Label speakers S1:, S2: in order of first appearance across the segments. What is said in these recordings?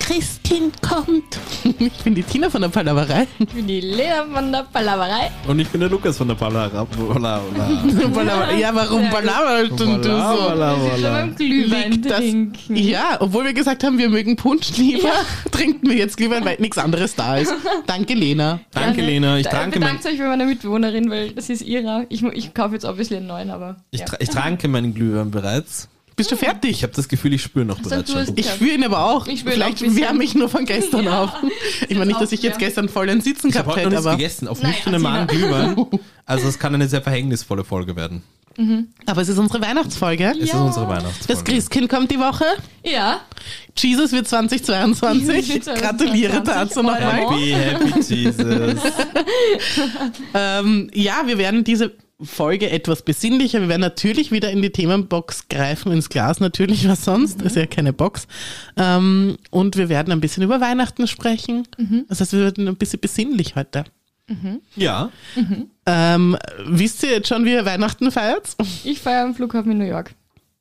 S1: Christkind kommt. Ich bin die Tina von der Palaverei.
S2: Ich bin die Lena von der Palaverei.
S3: Und ich bin der Lukas von der Palara. Walla, walla.
S1: ja, warum palaverst denn du
S3: Walla,
S1: so?
S2: Wir sind
S3: walla,
S2: schon
S3: walla.
S2: beim Glühwein
S1: Liegt das-
S2: trinken.
S1: Ja, obwohl wir gesagt haben, wir mögen Punsch lieber, trinken wir jetzt Glühwein, weil nichts anderes da ist. Danke, Lena.
S3: Danke,
S2: Gerne.
S3: Lena. Ich
S2: ne? Da-
S3: tranke mein,
S2: Bedankt euch bei meiner Mitbewohnerin, weil das ist ihrer. Ich, mu- ich kaufe jetzt obviously einen neuen, aber.
S3: ich,
S2: ja.
S3: tra ich tranke meinen Glühwein bereits.
S1: Bist du
S3: Ich
S1: fertig?
S3: habe das Gefühl, ich spüre noch
S2: So,
S3: bereits
S2: du
S3: schon.
S2: hast-
S1: Ich spüre ihn aber auch.
S2: Ich spüre ihn
S1: Vielleicht
S2: auch ein bisschen.
S1: wärme ich nur von gestern
S2: Ja.
S1: auf. Ich meine nicht, dass ich jetzt
S2: Ja.
S1: gestern voll den Sitzen
S3: Ich habe
S1: gehabt
S3: heute noch
S1: hätte,
S3: nichts
S1: aber,
S3: gegeven, auf
S2: Nein,
S3: nüchterne Magen
S2: Tina.
S3: Glühwein. Also es kann eine sehr verhängnisvolle Folge werden.
S1: aber es ist unsere Weihnachtsfolge.
S3: Es
S2: Ja.
S3: ist unsere Weihnachtsfolge.
S1: Das Christkind kommt die Woche.
S2: ja.
S1: Jesus wird 2022.
S2: Jesus wird
S1: Gratuliere
S2: 2022.
S1: dazu nochmal.
S3: Happy, happy Jesus.
S1: Ähm, ja, wir werden diese Folge etwas besinnlicher. Wir werden natürlich wieder in die Themenbox greifen, ins Glas natürlich, was sonst. Ist ja keine Box. Ähm, und wir werden ein bisschen über Weihnachten sprechen.
S3: Mhm.
S1: Das heißt, wir werden ein bisschen besinnlich heute.
S3: Ja,
S1: Ähm, wisst ihr jetzt schon, wie ihr Weihnachten feiert?
S2: Ich feiere am Flughafen in New York.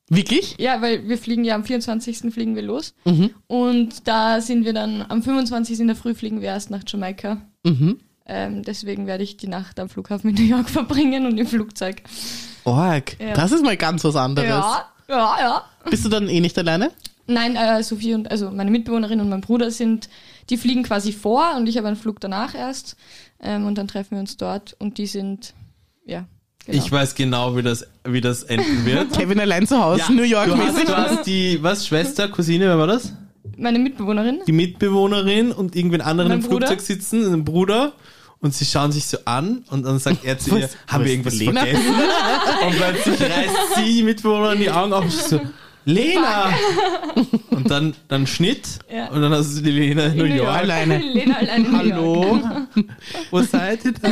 S1: Wirklich?
S2: Ja, weil wir fliegen ja am 24. fliegen wir los.
S3: Mhm.
S2: Und da sind wir dann am 25. in der Früh fliegen wir erst nach Jamaika.
S3: Mhm.
S2: Ähm, deswegen werde ich die Nacht am Flughafen in New York verbringen und im Flugzeug.
S1: Org.
S2: Ja.
S1: Das ist mal ganz was anderes.
S2: Ja, ja, ja.
S1: Bist du dann eh nicht alleine?
S2: Nein, äh, Sophie und also meine Mitbewohnerin und mein Bruder sind, die fliegen quasi vor und ich habe einen Flug danach erst. Ähm, und dann treffen wir uns dort und die sind, ja. Genau.
S3: ich weiß genau, wie das, wie das enden wird.
S1: Kevin allein zu Hause,
S3: Ja,
S1: New York
S3: du hast,
S1: mäßig.
S3: du hast die, was, Schwester, Cousine, wer war das?
S2: meine Mitbewohnerin.
S3: Die Mitbewohnerin und irgendwen anderen
S2: Mein
S3: im
S2: Bruder?
S3: Flugzeug sitzen, einen Bruder. Und sie schauen sich so an und dann sagt er zu ihr,
S1: Was-
S3: haben wir
S1: was,
S3: irgendwas
S1: Lena?
S3: vergessen? Und plötzlich reißt sie die Mitbewohnerin die Augen auf und so, Lena! Und dann, dann Schnitt
S2: Ja.
S3: und dann hast du die Lena in New
S2: In
S3: York.
S1: alleine.
S2: Lena alleine in New York.
S3: Hallo,
S2: genau.
S3: wo seid ihr da?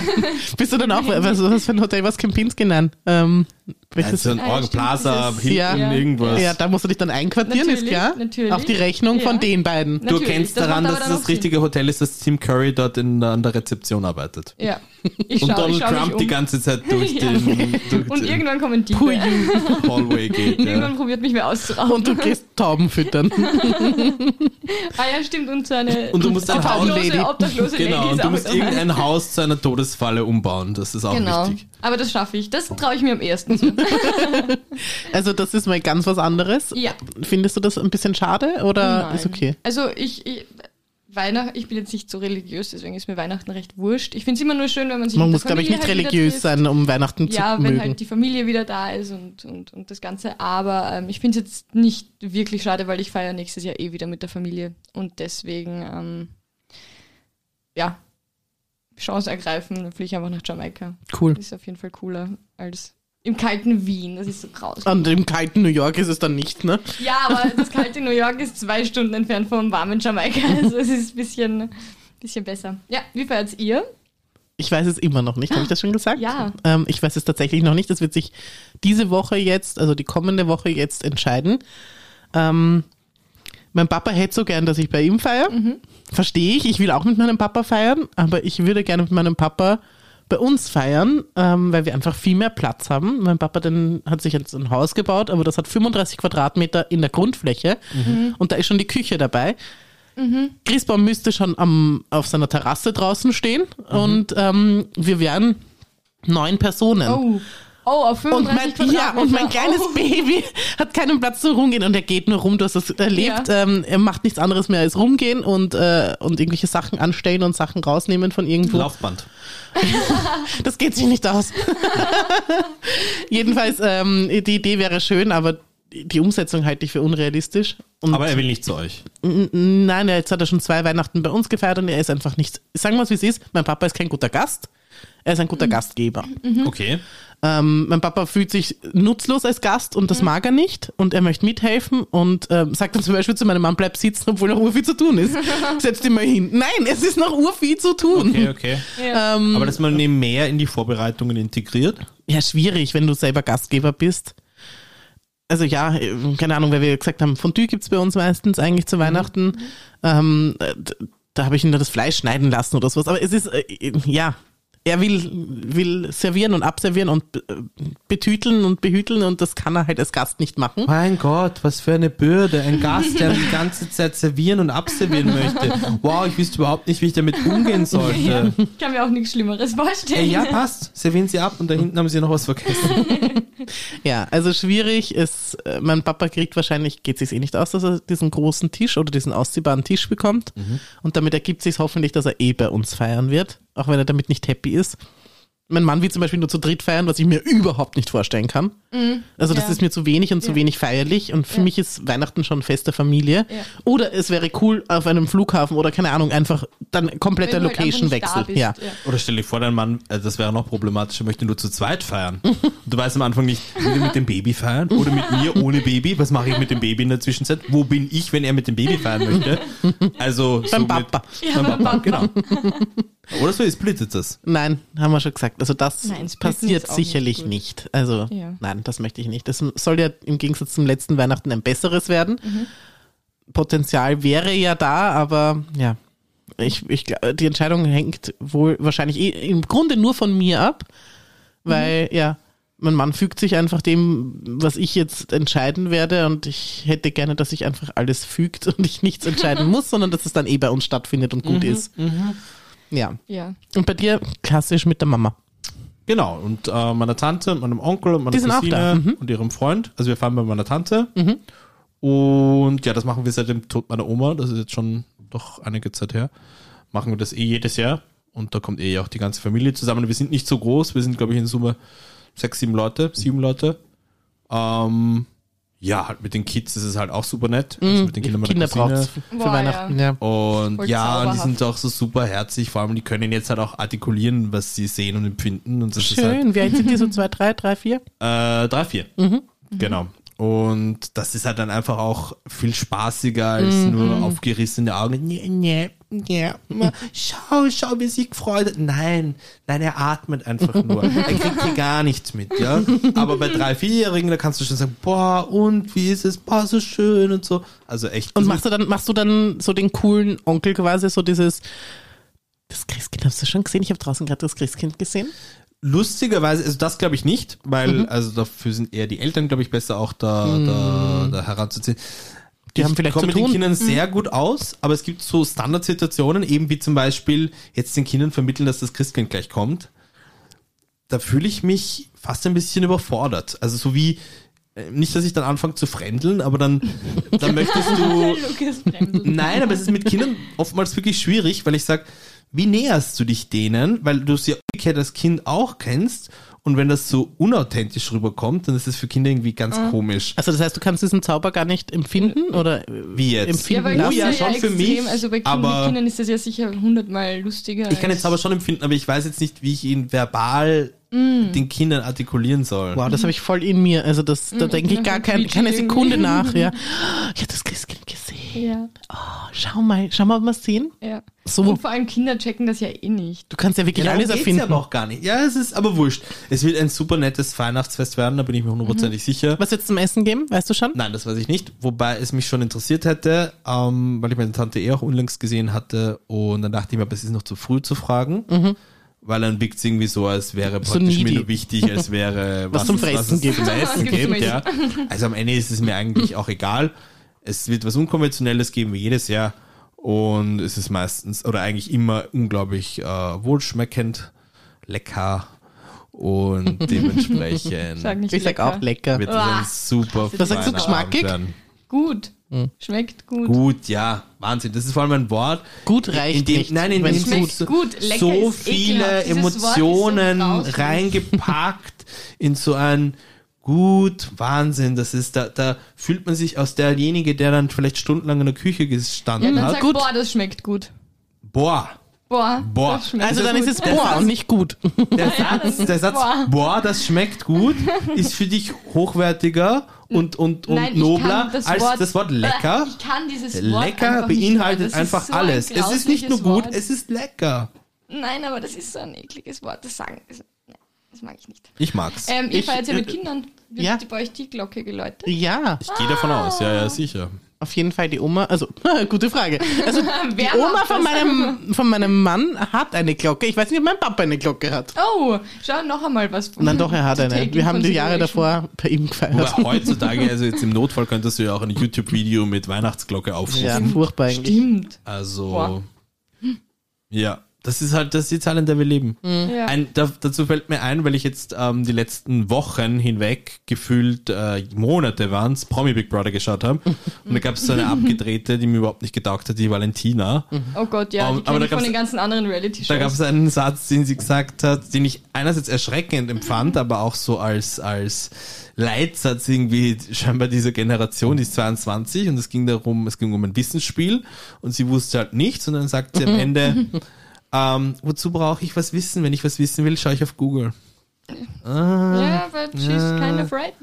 S1: Bist du dann auch, was, was für ein Hotel, was Kempinski nennen? Ähm, welches?
S3: Also ein
S2: Ah,
S3: Orgel,
S2: stimmt,
S3: Plaza,
S2: dieses-
S3: hinten
S1: Ja.
S3: irgendwas.
S1: Ja, da musst du dich dann einquartieren, ist
S2: Natürlich,
S1: klar.
S2: natürlich.
S1: Auf die Rechnung von
S2: Ja.
S1: den beiden.
S3: Du
S2: Natürlich,
S3: erkennst
S2: das
S3: daran,
S2: macht
S3: dass
S2: aber
S3: es
S2: dann
S3: das
S2: auch Sinn.
S3: richtige Hotel ist, dass Tim Curry dort in, an der Rezeption arbeitet.
S2: Ja. Ich
S3: Und
S2: schau, ich
S3: Donald
S2: schau mich
S3: Trump
S2: um.
S3: die ganze Zeit durch
S2: Ja.
S3: den, durch
S2: Und
S3: den
S2: irgendwann kommen die.
S1: Puh,
S3: Hallway geht.
S2: Irgendwann
S3: Ja.
S2: probiert mich mehr auszurauben.
S1: Und du gehst Tauben füttern.
S2: ah ja, stimmt. Und so eine
S3: Und du musst ein Haus-
S1: Lady.
S2: obdachlose, obdachlose
S3: Genau,
S2: Lady ist
S3: und du
S2: auch
S3: musst
S2: dabei.
S3: irgendein Haus zu einer Todesfalle umbauen. Das ist auch
S2: Genau.
S3: wichtig.
S2: Aber das schaffe ich. Das traue ich mir am ersten zu.
S1: Also das ist mal ganz was anderes.
S2: Ja.
S1: Findest du das ein bisschen schade oder
S2: Nein.
S1: ist okay?
S2: Also ich, ich Weihnachten, ich bin jetzt nicht so religiös, deswegen ist mir Weihnachten recht wurscht. Ich finde es immer nur schön, wenn man sich
S1: Man
S2: mit der
S1: muss, glaube ich,
S2: Familie
S1: nicht
S2: halt wieder
S1: religiös
S2: trifft.
S1: sein, um Weihnachten
S2: Ja,
S1: zu
S2: wenn
S1: mögen.
S2: halt die Familie wieder da ist und, und, und das Ganze. Aber ähm, ich finde es jetzt nicht wirklich schade, weil ich feiere nächstes Jahr eh wieder mit der Familie. Und deswegen, ähm, ja, Chance ergreifen, dann fliege ich einfach nach Jamaika.
S1: cool.
S2: Ist auf jeden Fall cooler als im kalten Wien. Das ist so grausam.
S1: Und im kalten New York ist es dann nicht, ne?
S2: Ja, aber das kalte New York ist zwei Stunden entfernt vom warmen Jamaika. Also es ist ein bisschen, bisschen besser. Ja, wie feiert's ihr?
S1: Ich weiß es immer noch nicht, habe ich das schon gesagt?
S2: Ja.
S1: Ähm, ich weiß es tatsächlich noch nicht. Das wird sich diese Woche jetzt, also die kommende Woche jetzt entscheiden. Ähm, mein Papa hätte so gern, dass ich bei ihm feiere. Verstehe ich. Ich will auch mit meinem Papa feiern, aber ich würde gerne mit meinem Papa bei uns feiern, ähm, weil wir einfach viel mehr Platz haben. Mein Papa den, hat sich jetzt ein Haus gebaut, aber das hat 35 Quadratmeter in der Grundfläche und da ist schon die Küche dabei. Chrisbaum müsste schon am, auf seiner Terrasse draußen stehen und ähm, wir wären neun Personen.
S2: Oh. Oh, auf
S1: Und
S2: 35
S1: mein, ja, und mein kleines Baby hat keinen Platz zum Rumgehen und er geht nur rum, du hast das erlebt. Ähm, er macht nichts anderes mehr als rumgehen und, äh, und irgendwelche Sachen anstellen und Sachen rausnehmen von irgendwo.
S3: Laufband.
S1: Das geht sich nicht aus. Jedenfalls, ähm, die Idee wäre schön, aber die Umsetzung halte ich für unrealistisch. Und
S3: Aber er will nicht zu euch.
S1: Nein, jetzt hat er schon zwei Weihnachten bei uns gefeiert und er ist einfach nicht. Sagen wir es, wie es ist. Mein Papa ist kein guter Gast. Er ist ein guter Gastgeber.
S2: Mhm.
S3: Okay.
S1: Ähm, mein Papa fühlt sich nutzlos als Gast und das
S3: Mhm.
S1: mag er nicht. Und er möchte mithelfen und ähm, sagt dann zum Beispiel zu meinem Mann, bleib sitzen, obwohl noch urviel zu tun ist. Setz dich mal hin. Nein, es ist noch urviel zu tun.
S3: Okay, okay.
S1: ähm,
S2: Ja.
S3: Aber dass man eben mehr in die Vorbereitungen integriert.
S1: Ja, schwierig, wenn du selber Gastgeber bist. Also ja, äh, keine Ahnung, weil wir gesagt haben, Fondue gibt's bei uns meistens eigentlich zu Weihnachten. Ähm, äh, d- da habe ich nur das Fleisch schneiden lassen oder sowas. Aber es ist, äh, äh, ja, er will, will servieren und abservieren und be- äh, betüteln und behüteln und das kann er halt als Gast nicht machen.
S3: Mein Gott, was für eine Bürde. Ein Gast, der die ganze Zeit servieren und abservieren möchte. Wow, ich wüsste überhaupt nicht, wie ich damit umgehen sollte.
S2: Ich kann mir auch nichts Schlimmeres vorstellen.
S3: Ey, ja, passt. Servieren Sie ab und da hinten haben Sie noch was vergessen.
S1: Ja, also schwierig ist, äh, mein Papa kriegt wahrscheinlich, geht sich eh nicht aus, dass er diesen großen Tisch oder diesen ausziehbaren Tisch bekommt. Und damit ergibt sich hoffentlich, dass er eh bei uns feiern wird, auch wenn er damit nicht happy ist. Mein Mann will zum Beispiel nur zu dritt feiern, was ich mir überhaupt nicht vorstellen kann. Also das
S2: Mhm. ja.
S1: ist mir zu wenig und zu
S2: Ja.
S1: wenig feierlich und für
S2: Ja.
S1: mich ist Weihnachten schon Fest der Familie.
S2: Ja.
S1: Oder es wäre cool auf einem Flughafen oder keine Ahnung, einfach dann kompletter
S2: Wenn du halt einfach nicht
S1: Location-Wechsel.
S2: da bist,
S1: ja.
S2: ja.
S3: Oder stell dir vor, dein Mann, äh, das wäre noch problematischer, möchte nur zu zweit feiern. Und du weißt am Anfang nicht, will er mit dem Baby feiern oder mit mir ohne Baby? Was mache ich mit dem Baby in der Zwischenzeit? Wo bin ich, wenn er mit dem Baby feiern möchte? Also
S1: Beim
S3: somit-
S1: Papa.
S2: Ja, beim
S3: beim Papa, genau. Oder so, ihr splittet das.
S1: Nein, haben wir schon gesagt. Also das
S2: Nein, splitten
S1: passiert
S2: ist auch
S1: sicherlich
S2: nicht gut.
S1: nicht. Also
S2: Ja.
S1: nein, das möchte ich nicht. Das soll ja im Gegensatz zum letzten Weihnachten ein besseres werden.
S2: Mhm.
S1: Potenzial wäre ja da, aber ja, ich, ich glaub, die Entscheidung hängt wohl wahrscheinlich eh, im Grunde nur von mir ab,
S2: Mhm.
S1: weil ja, mein Mann fügt sich einfach dem, was ich jetzt entscheiden werde und ich hätte gerne, dass sich einfach alles fügt und ich nichts entscheiden muss, sondern dass es dann eh bei uns stattfindet und
S2: Mhm,
S1: gut ist. Ja.
S2: Ja.
S1: Und bei dir klassisch mit der Mama.
S3: Genau, und äh, meiner Tante und meinem Onkel und meiner
S1: Die sind auch da, mhm.
S3: Cousine und ihrem Freund. Also wir fahren bei meiner Tante. Und ja, das machen wir seit dem Tod meiner Oma. Das ist jetzt schon doch einige Zeit her. Machen wir das eh jedes Jahr. Und da kommt eh auch die ganze Familie zusammen. Wir sind nicht so groß. Wir sind, glaube ich, in Summe sechs, sieben Leute, sieben Leute. Ähm, ja, halt mit den Kids ist es halt auch super nett. Also mit den Kindern meiner
S1: Mhm. Kinder
S3: Cousine.
S1: braucht's für
S2: Boah,
S1: Weihnachten. Ja.
S3: Und
S2: Voll
S3: ja, und die
S2: zauberhaft.
S3: sind auch so super herzig. Vor allem, die können jetzt halt auch artikulieren, was sie sehen und empfinden. Und das ist halt
S1: Schön. Wie alt sind die so? Zwei, drei, drei, vier?
S3: äh, drei, vier. Genau. Und das ist halt dann einfach auch viel spaßiger als nur aufgerissene Augen. Nee, nee, nee. Schau, schau, wie sie gefreut hat. Nein, nein, er atmet einfach nur. er kriegt hier gar nichts mit, ja. Aber bei drei, vierjährigen, da kannst du schon sagen, boah, und wie ist es? Boah, so schön und so. Also echt.
S1: Und machst du dann, machst du dann so den coolen Onkel quasi, so dieses. Das Christkind hast du schon gesehen? Ich habe draußen gerade das Christkind gesehen.
S3: Lustigerweise, also das glaube ich nicht, weil
S1: Mhm.
S3: also dafür sind eher die Eltern, glaube ich, besser auch da, da, da heranzuziehen.
S1: Mhm. Die
S3: ich
S1: haben vielleicht
S3: komme
S1: zu
S3: mit den
S1: tun. Mhm.
S3: Kindern sehr gut aus, aber es gibt so Standardsituationen, eben wie zum Beispiel jetzt den Kindern vermitteln, dass das Christkind gleich kommt. Da fühle ich mich fast ein bisschen überfordert. Also so wie, äh, nicht, dass ich dann anfange zu fremdeln, aber dann, dann möchtest du,
S2: Lukas Bremsel.
S3: Nein, aber es ist mit Kindern oftmals wirklich schwierig, weil ich sage, wie näherst du dich denen? Weil du es ja umgekehrt als Kind auch kennst. Und wenn das so unauthentisch rüberkommt, dann ist es für Kinder irgendwie ganz komisch.
S1: Also das heißt, du kannst diesen Zauber gar nicht empfinden oder
S3: Wie jetzt?
S1: Empfinden
S2: Ja, weil
S1: lassen?
S2: das
S3: Oh
S2: ist
S3: ja, schon für mich,
S2: Also bei Kindern,
S3: aber-
S2: Kindern ist das ja sicher hundertmal lustiger.
S3: Ich kann
S2: als-
S3: jetzt aber schon empfinden, aber ich weiß jetzt nicht, wie ich ihn verbal den Kindern artikulieren soll.
S1: Wow, Mhm. das habe ich voll in mir. Also das, da denke ich
S2: bin
S1: gar
S2: ein
S1: kein,
S2: Quietschi
S1: keine Sekunde
S2: irgendwie.
S1: nach. Ja, ich habe das Christkind gesehen.
S2: Ja,
S1: Oh, schau mal, schau mal, ob wir es sehen.
S2: ja.
S1: So.
S2: Und vor allem Kinder checken das ja eh nicht.
S1: Du kannst ja wirklich alles
S3: darum geht's
S1: erfinden.
S3: ja aber auch gar nicht. Ja, es ist aber wurscht. Es wird ein super nettes Weihnachtsfest werden, da bin ich mir hundertprozentig
S1: Mhm.
S3: sicher.
S1: Was jetzt zum Essen geben? Weißt du schon?
S3: Nein, das weiß ich nicht. Wobei es mich schon interessiert hätte, ähm, weil ich meine Tante eh auch unlängst gesehen hatte. Und dann dachte ich mir, aber es ist noch zu früh zu fragen. Weil dann wirkt es irgendwie so, als wäre
S1: Mhm. So
S3: praktisch mir
S1: needy.
S3: nur wichtig, als wäre
S1: Was zum Fressen
S3: was es
S1: gibt.
S3: Zum Essen
S2: gibt's zum
S3: gibt ja. Also am Ende ist es mir eigentlich auch egal. Es wird was Unkonventionelles geben, wie jedes Jahr. Und es ist meistens oder eigentlich immer unglaublich äh, wohlschmeckend, lecker und dementsprechend
S2: Sag nicht
S1: Ich sag
S2: lecker.
S1: auch lecker.
S3: wird es
S2: Uah.
S3: ein super
S1: Was sagst du,
S3: feiner
S1: geschmackig?
S3: Abend werden.
S2: Gut. Schmeckt gut.
S3: Gut, ja, Wahnsinn. Das ist vor allem ein Wort.
S1: Gut
S3: in
S1: reicht
S3: dem,
S1: nicht.
S3: Nein, in
S1: wenn
S3: dem
S1: es
S2: Schmeckt
S3: so,
S2: gut, lecker
S3: so
S2: ist
S3: viele
S2: ekelhaft. Dieses Wort ist so
S3: Emotionen
S2: grauslich.
S3: reingepackt in so ein gut, Wahnsinn. Das ist, da, da fühlt man sich aus derjenige, der dann vielleicht stundenlang in der Küche
S2: Ja,
S3: gestanden
S2: dann
S3: hat.
S2: sag,
S1: gut.
S2: boah, das schmeckt gut.
S3: Boah.
S2: Boah,
S3: Boah.
S2: das schmeckt
S1: Also dann
S2: gut.
S1: ist es boah und nicht gut.
S3: Der Satz, der Satz
S2: Boah.
S3: boah. das schmeckt gut, ist für dich hochwertiger und, und, und
S2: Nein, ich
S3: nobler
S2: kann das
S3: als
S2: Wort,
S3: das Wort lecker.
S2: Ich kann dieses Wort
S3: Lecker
S2: einfach nicht hören.
S3: beinhaltet
S2: Das ist
S3: einfach
S2: so ein
S3: alles. Es ist nicht nur
S2: grausliches
S3: gut,
S2: Wort.
S3: es ist lecker.
S2: Nein, aber das ist so ein ekliges Wort. Das sagen. Das, nein, das mag ich nicht.
S3: Ich mag's.
S2: Ähm, ihr
S1: Ich-
S2: feiert ja mit
S1: äh,
S2: Kindern. Wird
S1: ja.
S2: die bei euch die Glocke geläutet?
S1: Ja.
S3: Ich gehe davon aus, ja, ja, sicher.
S1: Auf jeden Fall die Oma, also gute Frage. Also die
S2: Wer
S1: Oma
S2: macht
S1: von
S2: das?
S1: meinem, von meinem Mann hat eine Glocke. Ich weiß nicht, ob mein Papa eine Glocke hat.
S2: Oh, schau noch einmal was. von-
S1: Nein, doch, er hat
S2: to
S1: eine.
S2: take
S1: Wir
S2: in
S1: haben die Jahre
S2: consideration.
S1: davor bei ihm
S3: Wobei
S1: gefeiert.
S3: heutzutage, also jetzt im Notfall, könntest du ja auch ein YouTube-Video mit Weihnachtsglocke aufrufen.
S1: Ja, furchtbar eigentlich.
S2: Stimmt.
S3: Also,
S2: Boah.
S3: ja, das ist halt das ist die Zeit, in der wir leben.
S2: Mhm. Ja.
S3: Ein, da, dazu fällt mir ein, weil ich jetzt ähm, die letzten Wochen hinweg gefühlt äh, Monate waren Promi Big Brother geschaut habe. Und da gab es so eine abgedrehte, die mir überhaupt nicht getaugt hat, die Valentina.
S2: oh Gott, ja,
S3: Aber-
S2: die
S3: aber
S2: kenn
S3: da
S2: ich von
S3: gab's-
S2: den ganzen anderen Reality-Shows.
S3: Da gab es einen Satz, den sie gesagt hat, den ich einerseits erschreckend empfand, aber auch so als, als Leitsatz irgendwie scheinbar dieser Generation, die ist 22 und es ging darum, es ging um ein Wissensspiel und sie wusste halt nichts und dann sagt sie am Ende, ähm, wozu brauche ich was wissen? Wenn ich was wissen will, schaue ich auf Google.
S2: ja, but she's
S3: Ja.
S2: kind of right.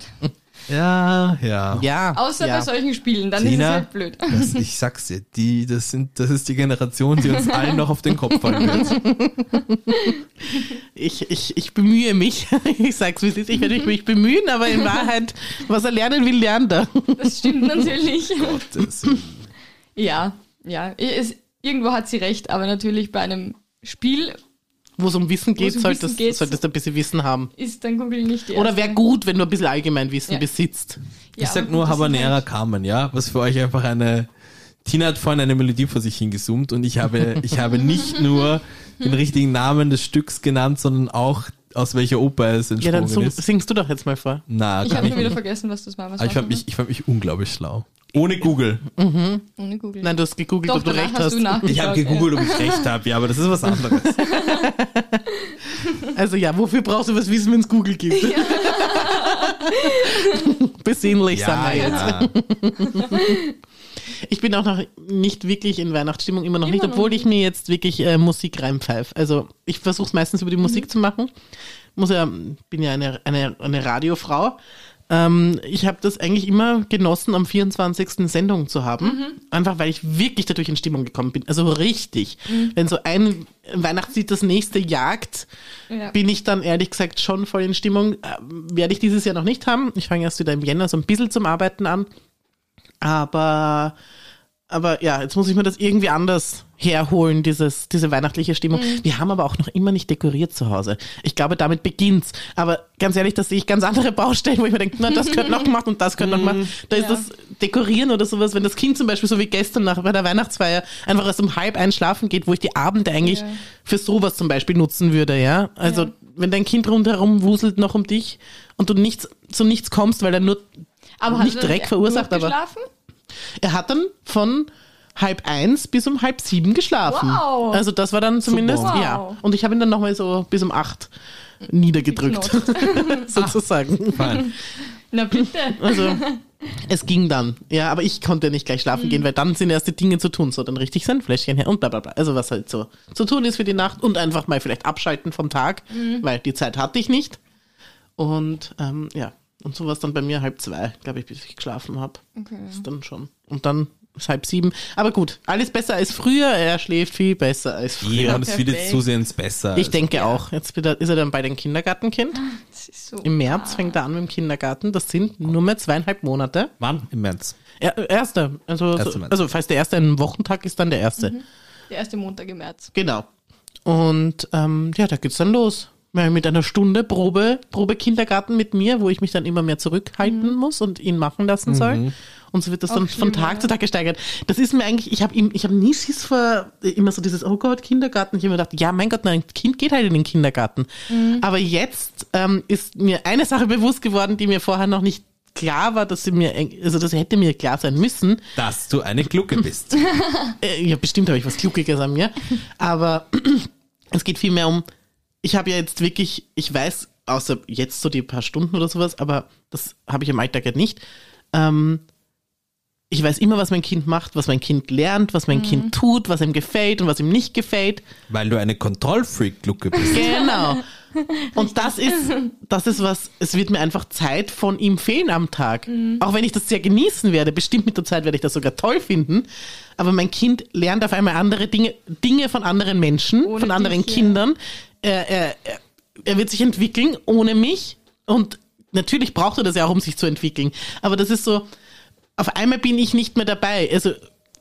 S3: Ja, ja.
S1: Ja.
S2: Außer
S1: ja.
S2: bei solchen Spielen, dann
S3: Tina?
S2: ist es halt blöd.
S3: Das, ich sag's dir, die, das sind, das ist die Generation, die uns allen noch auf den Kopf fallen wird.
S1: ich, ich, ich bemühe mich. Ich sag's, wie es ist. Ich werde
S2: Mhm.
S1: mich bemühen, aber in Wahrheit, was er lernen will, lernt er.
S2: Das stimmt natürlich.
S1: Oh
S3: Gottes Willen.
S2: ja, ja. Es, irgendwo hat sie recht, aber natürlich bei einem Spiel
S1: Wo es um Wissen geht,
S2: Wo es um
S1: solltest,
S2: Wissen geht.
S1: solltest du ein bisschen Wissen haben.
S2: ist dann Google nicht die
S1: Oder
S2: erste.
S1: wäre gut, wenn du ein bisschen Allgemeinwissen
S2: Ja.
S1: besitzt.
S2: Ja,
S3: ich sag
S2: aber
S3: nur
S2: gut, das sind
S3: Habanera
S2: halt-
S3: Carmen, ja? Was für euch einfach eine. Tina hat vorhin eine Melodie vor sich hingezoomt und ich habe, ich habe nicht nur den richtigen Namen des Stücks genannt, sondern auch aus welcher Oper es
S1: Ja,
S3: entsprungen
S1: dann so,
S3: ist.
S1: singst du doch jetzt mal vor.
S3: Na,
S2: Ich
S3: kann
S2: habe
S3: ich
S2: schon wieder
S3: nicht.
S2: vergessen, was das Mamas
S3: Aber ich fand mich, ich fand mich unglaublich schlau. Ohne Google.
S2: Ohne Google.
S1: Nein, du hast gegoogelt,
S2: Doch,
S1: ob du
S2: danach
S1: recht
S2: hast
S1: hast.
S2: du nachgeschaut.
S3: Ich habe gegoogelt, ob ich recht habe, ja, aber das ist was anderes.
S1: Also ja, wofür brauchst du was Wissen, wenn es Google gibt? Besinnlich
S3: ja,
S1: sind wir jetzt.
S3: ja.
S1: Ich bin auch noch nicht wirklich in Weihnachtsstimmung, immer noch
S2: Immer
S1: nicht,
S2: noch
S1: obwohl ich mir jetzt wirklich äh, Musik reinpfeife. Also ich versuche es meistens über die Musik
S2: Mhm.
S1: zu machen. Muss ja, bin ja eine, eine, eine Radiofrau. Ähm, ich habe das eigentlich immer genossen, am 24. Sendung zu haben.
S2: Mhm.
S1: Einfach weil ich wirklich dadurch in Stimmung gekommen bin. Also richtig.
S2: Mhm.
S1: Wenn so ein Weihnachtslied das nächste jagt,
S2: Ja.
S1: bin ich dann ehrlich gesagt schon voll in Stimmung. Äh, Werde ich dieses Jahr noch nicht haben. Ich fange erst wieder im Jänner so ein bisschen zum Arbeiten an. Aber, aber ja, jetzt muss ich mir das irgendwie anders herholen, dieses, diese weihnachtliche Stimmung.
S2: Mhm.
S1: Wir haben aber auch noch immer nicht dekoriert zu Hause. Ich glaube, damit beginnt's. Aber ganz ehrlich, das sehe ich ganz andere Baustellen, wo ich mir denke, na, das könnte noch gemacht und das könnte noch gemacht. Da ist
S2: Mhm. Ja.
S1: das Dekorieren oder sowas, wenn das Kind zum Beispiel so wie gestern nach bei der Weihnachtsfeier einfach erst um halb einschlafen geht, wo ich die Abende eigentlich
S2: Ja.
S1: für sowas zum Beispiel nutzen würde, ja. Also
S2: Ja.
S1: wenn dein Kind rundherum wuselt noch um dich und du nichts zu nichts kommst, weil er nur
S2: aber
S1: nicht Dreck verursacht, aber-
S2: Schlafen?
S1: er hat dann von halb eins bis um halb sieben geschlafen.
S2: Wow.
S1: Also das war dann zumindest,
S2: Wow.
S1: ja. Und ich habe ihn dann nochmal so bis um acht niedergedrückt, sozusagen.
S3: Fein.
S2: Na bitte.
S1: Also es ging dann, ja, aber ich konnte nicht gleich schlafen gehen, weil dann sind erst die Dinge zu tun, so dann richtig Sandfläschchen her und bla bla bla. Also was halt so zu tun ist für die Nacht und einfach mal vielleicht abschalten vom Tag, weil die Zeit hatte ich nicht. Und ähm, ja, und so war es dann bei mir halb zwei, glaube ich, bis ich geschlafen habe.
S2: Okay.
S1: Ist dann schon. Und dann ist halb sieben. Aber gut, alles besser als früher. Er schläft viel besser als früher.
S3: Jemand ist wieder
S2: Perfekt.
S3: zusehends besser.
S1: Ich denke auch. Jetzt wieder- ist er dann bei den Kindergartenkind.
S2: Das ist so.
S1: Im März fängt er an mit dem Kindergarten. Das sind nur mehr zweieinhalb Monate.
S3: Mann, im März.
S1: Er, erster. Also,
S3: Erster
S1: so,
S3: März.
S1: also falls der erste ein Wochentag ist, dann der erste.
S2: Der erste Montag im März.
S1: Genau. Und ähm, ja, da geht's dann los. Mal Mit einer Stunde Probe, Probe Kindergarten mit mir, wo ich mich dann immer mehr zurückhalten muss und ihn machen lassen soll. Und so wird das
S2: Auch
S1: dann von
S2: schlimmer,
S1: Tag
S2: ja.
S1: zu Tag gesteigert. Das ist mir eigentlich, ich habe ich hab nie Schiss vor, immer so dieses, oh Gott, Kindergarten. Ich habe mir gedacht, ja, mein Gott, nein, ein Kind geht halt in den Kindergarten. Aber jetzt ähm, ist mir eine Sache bewusst geworden, die mir vorher noch nicht klar war, dass sie mir, eng- also das hätte mir klar sein müssen,
S3: Dass du eine Glucke bist.
S1: äh, ja, bestimmt habe ich was Klugiges an mir. Aber es geht vielmehr um, ich habe ja jetzt wirklich, ich weiß, außer jetzt so die paar Stunden oder sowas, aber das habe ich im Alltag ja nicht. Ähm, ich weiß immer, was mein Kind macht, was mein Kind lernt, was mein Kind tut, was ihm gefällt und was ihm nicht gefällt.
S3: Weil du eine Kontrollfreak-Glucke bist.
S1: Genau. Und das ist, das ist was, es wird mir einfach Zeit von ihm fehlen am Tag.
S2: Mhm.
S1: Auch wenn ich das sehr genießen werde, bestimmt mit der Zeit werde ich das sogar toll finden. Aber mein Kind lernt auf einmal andere Dinge, Dinge von anderen Menschen,
S2: Ohne
S1: von anderen
S2: dich, ja.
S1: Kindern. Er, er, er- er wird sich entwickeln ohne mich. Und natürlich braucht er das ja auch, um sich zu entwickeln. Aber das ist so, auf einmal bin ich nicht mehr dabei. Also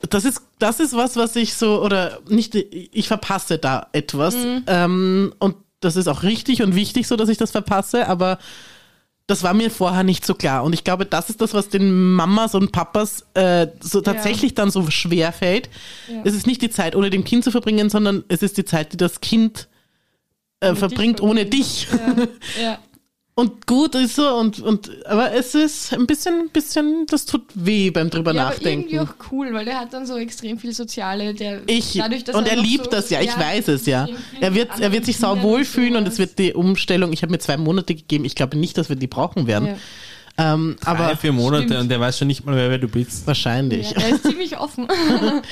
S1: das ist, das ist was, was ich so, oder nicht, ich verpasse da etwas.
S2: Mhm.
S1: Ähm, und das ist auch richtig und wichtig so, dass ich das verpasse, aber das war mir vorher nicht so klar. Und ich glaube, das ist das, was den Mamas und Papas äh, so tatsächlich dann so schwer fällt.
S2: Ja.
S1: Es ist nicht die Zeit, ohne dem Kind zu verbringen, sondern es ist die Zeit, die das Kind äh,
S2: dich
S1: verbringt ohne
S2: verbringen.
S1: dich.
S2: Ja.
S1: Und gut ist so und, und aber es ist ein bisschen, bisschen, das tut weh beim drüber
S2: Ja, aber
S1: nachdenken.
S2: irgendwie auch cool, weil der hat dann so extrem viel Soziale. Der,
S1: Ich,
S2: dadurch, dass
S1: und er
S2: noch
S1: liebt
S2: so-
S1: das ja, ich weiß es ja.
S2: extrem viel
S1: Er
S2: mit
S1: wird, er
S2: anderen
S1: wird sich
S2: Kindern
S1: sau wohlfühlen und
S2: sowas.
S1: es wird die Umstellung, ich habe mir zwei Monate gegeben, ich glaube nicht, dass wir die brauchen werden.
S2: Ja.
S1: Ähm,
S3: Aber
S1: aber
S3: vier Monate
S2: Stimmt.
S3: und der weiß schon nicht mal mehr, wer du bist.
S1: wahrscheinlich.
S2: Ja, er ist ziemlich offen.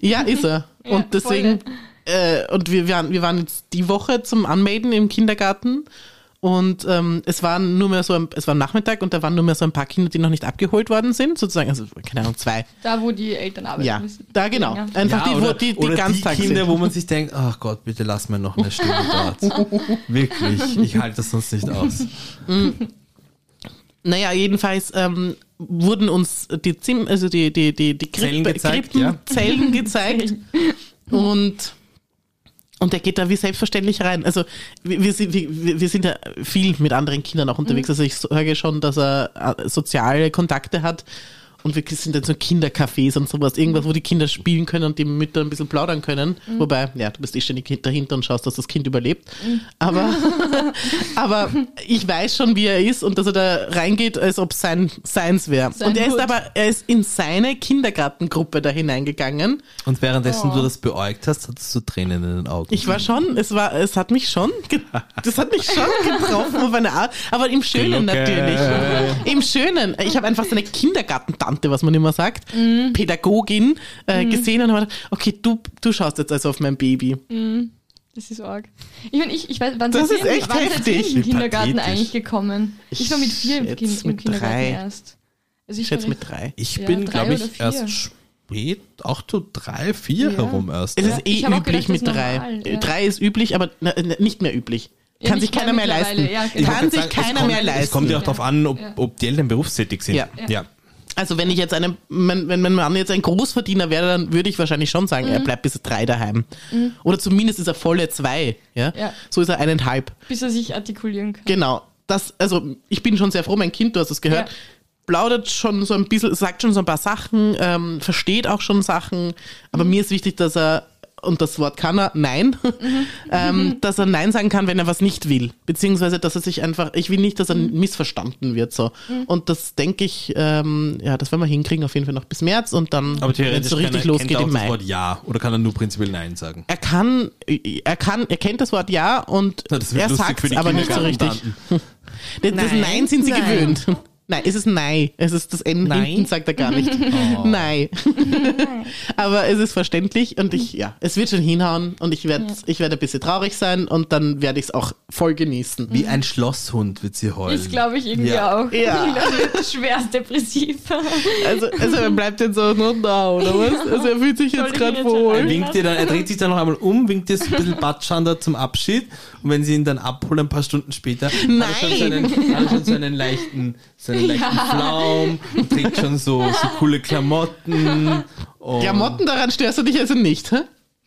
S1: Ja, ist er.
S2: Ja,
S1: und deswegen, äh, und wir, wir, waren- wir waren jetzt die Woche zum Anmelden im Kindergarten und ähm, es waren nur mehr so, ein, es war Nachmittag und da waren nur mehr so ein paar Kinder, die noch nicht abgeholt worden sind, sozusagen, also keine Ahnung, zwei.
S2: Da, wo die Eltern arbeiten
S1: Ja,
S2: müssen.
S1: da genau.
S2: Ja.
S1: Einfach die, wo
S3: oder,
S1: die, die
S3: oder die
S1: Ganztags
S3: Kinder,
S1: sind.
S3: wo man sich denkt, ach Gott, bitte lass mir noch eine Stunde dort. Wirklich, ich halte das sonst nicht aus.
S1: Naja, jedenfalls ähm, wurden uns die Zim, also die, die, die, die
S3: Zellen
S1: Krippe-
S3: gezeigt,
S1: Krippen,
S3: ja.
S1: Zellen gezeigt. und, und der geht da wie selbstverständlich rein. Also wir, wir, sind- wir, wir sind ja viel mit anderen Kindern auch unterwegs. Also ich sage schon, dass er äh, soziale Kontakte hat. Und wir sind in so Kindercafés und sowas, irgendwas, wo die Kinder spielen können und die Mütter ein bisschen plaudern können. Wobei, ja, du bist eh ständig dahinter und schaust, dass das Kind überlebt. Aber aber ich weiß schon, wie er ist und dass er da reingeht, als ob sein seins wäre.
S2: Sein
S1: Und er ist
S2: Hut.
S1: aber, er ist in seine Kindergartengruppe da hineingegangen.
S3: Und währenddessen
S2: Oh.
S3: du das beäugt hast, hattest du Tränen in den Augen.
S1: Ich war schon, es war, es hat mich schon, ge- das hat mich schon getroffen auf eine Art, aber im Schönen
S3: Glocke. äh.
S1: natürlich. Im Schönen. Ich habe einfach so eine Kindergartentante, was man immer sagt,
S2: Mhm.
S1: Pädagogin, äh, gesehen und habe gedacht, okay, du, du schaust jetzt also auf mein Baby.
S2: Das ist arg. Ich meine, ich, ich weiß, wann
S1: Das
S2: seid
S1: ist
S2: ihr in-
S1: echt
S2: wann seid ihr
S1: heftig.
S2: in den Kindergarten
S3: Pathetisch.
S2: eigentlich gekommen? Ich war mit vier im,
S1: Jetzt
S2: kind, im
S1: mit
S2: Kindergarten
S1: drei.
S2: erst. Also
S1: Ich schätze
S2: war
S1: mit
S2: recht-
S1: drei.
S3: Ich
S2: Ja,
S3: bin,
S2: drei
S3: glaube
S2: oder
S3: ich,
S2: vier.
S3: erst spät, auch zu drei, vier
S2: Ja.
S3: herum erst.
S1: Es
S3: ja.
S1: ist eh
S2: Ich hab auch
S1: üblich
S2: gedacht, das
S1: mit
S2: ist
S1: drei.
S2: normal, ja.
S1: Drei ist üblich, aber na, na, nicht mehr üblich.
S2: Ja,
S1: Kann
S2: nicht
S1: sich keiner mehr
S2: mehr
S1: leisten.
S2: mittlerweile, ja, genau.
S3: Ich
S1: Kann
S3: wollte
S1: sich
S3: sagen, es
S1: keiner
S3: kommt,
S1: mehr
S3: Es kommt ja
S1: leisten.
S3: auch darauf an, ob,
S2: Ja.
S3: ob die Eltern berufstätig sind.
S1: Ja.
S3: ja.
S1: Also wenn ich jetzt eine, mein, wenn mein Mann jetzt ein Großverdiener wäre, dann würde ich wahrscheinlich schon sagen, er bleibt bis drei daheim. Oder zumindest ist er volle zwei. Ja?
S2: Ja.
S1: So ist er eineinhalb.
S2: Bis er sich artikulieren kann.
S1: Genau. Das, also ich bin schon sehr froh, mein Kind, du hast es gehört,
S2: Ja.
S1: plaudert schon so ein bisschen, sagt schon so ein paar Sachen, ähm, versteht auch schon Sachen, aber mir ist wichtig, dass er, und das Wort kann er, nein, ähm, dass er nein sagen kann, wenn er was nicht will, beziehungsweise, dass er sich einfach, ich will nicht, dass er missverstanden wird, so. Und das denke ich, ähm, ja, das werden wir hinkriegen, auf jeden Fall noch bis März und dann,
S3: Aber
S1: wenn
S3: theoretisch
S1: es so richtig
S3: kann er, kennt
S1: losgeht
S3: er auch
S1: im
S3: das
S1: Mai.
S3: Wort Ja oder kann er nur prinzipiell Nein sagen?
S1: Er kann, er kann, er kennt das Wort ja und
S3: Na, das wird
S1: er
S3: lustig
S1: sagt
S3: für die
S1: aber nicht so richtig.
S3: Kindergartentanten.
S1: Das Nein, das
S2: Nein.
S1: Nein sind sie
S2: Nein.
S1: gewöhnt. Nein, es ist Nein. Es ist das N
S3: Nein?
S1: hinten, sagt er gar nicht.
S2: Oh.
S1: Nein. Aber es ist verständlich und ich, ja, es wird schon hinhauen und ich werde ich werd ein bisschen traurig sein und dann werde ich es auch voll genießen.
S3: Wie ein Schlosshund wird sie heulen.
S2: Ich glaube, ich irgendwie
S3: Ja.
S2: auch.
S1: Ja.
S2: Ich glaube, er wird schwerst depressiv.
S1: Also, also er bleibt jetzt so nur da, oder was? Also er fühlt sich
S2: Soll
S1: jetzt
S2: ich ihn
S1: gerade
S2: jetzt schon
S3: Er
S1: wohl.
S2: ein-
S3: winkt ihr dann, er dreht sich dann noch einmal um, winkt ihr so ein bisschen Batschander zum Abschied und wenn sie ihn dann abholen, ein paar Stunden später, hat er schon
S1: Nein.
S3: seinen, hat er schon seinen leichten, seinen leichten Flaum, trägt schon so, so coole Klamotten. Und
S1: Klamotten, daran störst du dich also nicht, hä?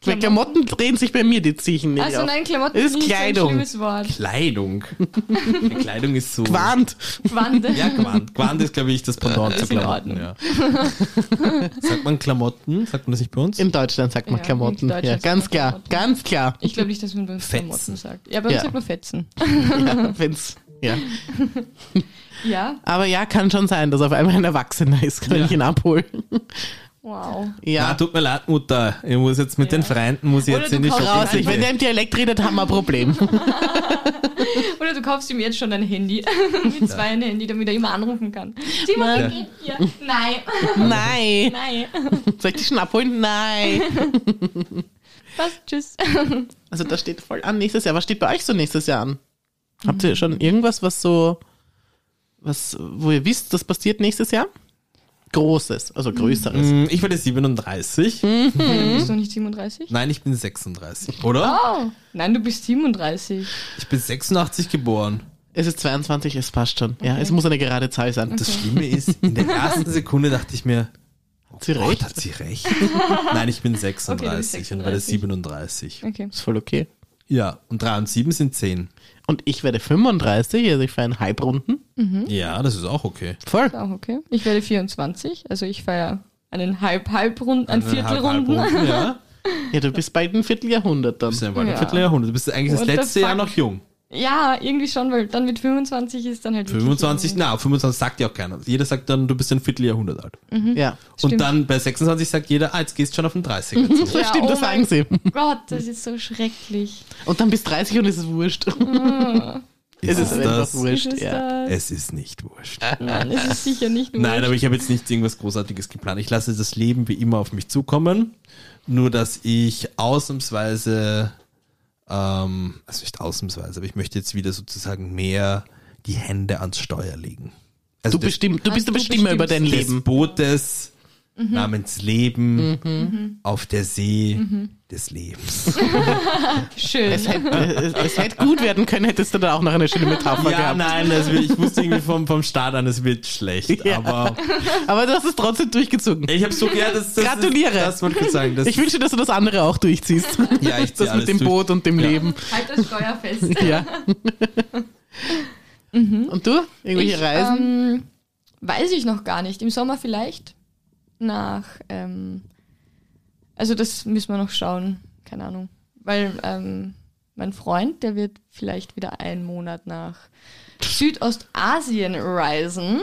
S1: Weil Klamotten drehen sich bei mir, die ziehe ich nicht
S2: Also
S1: auf.
S2: nein, Klamotten
S1: Es ist
S2: sind nicht so
S1: Kleidung.
S2: ein schlimmes Wort.
S3: Kleidung. Die Kleidung ist so.
S1: Gewarnt.
S2: Wande.
S3: Ja, Gewand. Gewand ist, glaube ich, das Pendant zu
S2: Ist in
S3: Klamotten.
S2: Ordnung.
S3: Ja. Sagt man Klamotten? Sagt man das nicht bei uns?
S1: In Deutschland sagt man
S2: Ja, in
S1: Klamotten.
S2: Deutschland
S1: Ja,
S2: sagt
S1: ganz
S2: man
S1: klar,
S2: Klamotten.
S1: ganz klar.
S2: Ich glaube nicht, dass man bei uns
S3: Fetzen.
S2: Klamotten sagt. Ja, bei uns
S1: Ja.
S2: sagt man Fetzen.
S1: Ja, wenn's, ja.
S2: Ja,
S1: Aber ja, kann schon sein, dass auf einmal ein Erwachsener ist, wenn
S3: Ja.
S1: ich ihn abhole.
S2: wow.
S3: Ja,
S1: Ja,
S3: tut mir leid, Mutter. Ich muss jetzt mit
S2: Ja.
S3: den Freunden, muss ich
S2: Oder
S3: jetzt
S2: du
S3: in die
S2: kaufst
S1: raus.
S3: Shopping.
S1: Ich, wenn der im Dialekt redet, haben wir ein Problem.
S2: Oder du kaufst ihm jetzt schon ein Handy. Mit zwei ein Handy, damit er immer anrufen kann. Timo,
S1: Nein.
S2: wie geht's dir? Nein.
S1: Nein.
S2: Nein.
S1: Soll ich dich schon abholen? Nein.
S2: Was? Tschüss.
S1: Also das steht voll an nächstes Jahr. Was steht bei euch so nächstes Jahr an? Habt ihr schon irgendwas, was so, was, wo ihr wisst, das passiert nächstes Jahr? Großes, also Größeres.
S3: Mm, ich werde 37.
S2: Nein, du bist doch nicht 37?
S3: Nein, ich bin 36, oder?
S2: Oh. Nein, du bist 37.
S3: Ich bin 86 geboren.
S1: Es ist 22, es passt schon. Ja, es muss eine gerade Zahl sein.
S3: Das Schlimme ist, in der ersten Sekunde dachte ich mir, oh
S1: Sie
S3: Gott,
S1: recht?
S3: hat sie recht? Nein, ich bin 36 und werde
S2: 36.
S3: 37.
S2: Okay.
S1: ist voll okay.
S3: Ja, und 3 und 7 sind 10.
S1: Und ich werde 35, also ich fahre in Halbrunden.
S2: Mhm.
S3: Ja, das ist auch okay.
S1: Voll.
S2: Ist Auch okay. Ich werde 24, also ich feiere einen halb halb Rund, ein Viertelrunden.
S3: Halb, ja,
S1: Ja, du bist bald ein Vierteljahrhundert dann.
S3: bist ja bald ein
S2: Ja.
S3: Vierteljahrhundert. Du bist eigentlich das
S2: What the
S3: letzte Jahr
S2: fuck?
S3: noch jung.
S2: Ja, irgendwie schon, weil dann mit 25 ist dann halt wirklich
S3: 25,
S2: irgendwie-
S3: na, 25 sagt ja auch keiner. Jeder sagt dann, du bist ein Vierteljahrhundert alt.
S1: Ja.
S3: Und
S2: Stimmt.
S3: dann bei 26 sagt jeder, ah, jetzt gehst du schon auf den 30er zu.
S1: Das stimmt, das
S2: oh mein
S1: sagen sie.
S2: Gott, das ist so schrecklich.
S1: Und dann bis 30 und es ist wurscht. Es ist einfach
S2: Ist
S1: wurscht,
S2: es
S1: ja.
S2: das?
S3: Es ist nicht wurscht.
S2: Nein, es ist sicher nicht nur.
S3: Nein, aber ich habe jetzt nicht irgendwas Großartiges geplant. Ich lasse das Leben wie immer auf mich zukommen. Nur, dass ich ausnahmsweise, ähm, also nicht ausnahmsweise, aber ich möchte jetzt wieder sozusagen mehr die Hände ans Steuer legen. Also
S1: Du,
S3: des-
S1: bestimm, du bist der
S2: du
S1: Bestimmer über dein
S3: des
S1: Leben.
S3: Bootes namens Leben auf der See des Lebens.
S2: Schön.
S1: Es hätte, es, es hätte gut werden können, hättest du da auch noch eine schöne Metapher
S3: Ja,
S1: gehabt.
S3: nein, das wird, ich wusste irgendwie vom, vom Start an, es wird schlecht.
S1: Ja.
S3: Aber
S1: Aber du hast es trotzdem durchgezogen.
S3: ich habe so, ja, das, das
S1: Gratuliere.
S3: Ist, das wollte ich sagen. Das
S1: Ich wünsche, dass du das andere auch durchziehst.
S3: ja, ich zieh
S1: Das
S3: alles
S1: mit dem
S3: durch.
S1: Boot und dem
S3: Ja.
S1: Leben.
S2: Halt das Steuer fest.
S1: Ja. Und du? Irgendwelche
S2: Mhm. Ich,
S1: Reisen?
S2: Ähm, weiß ich noch gar nicht. Im Sommer vielleicht nach. Ähm, also das müssen wir noch schauen. Keine Ahnung. Weil ähm, mein Freund, der wird vielleicht wieder einen Monat nach Südostasien reisen.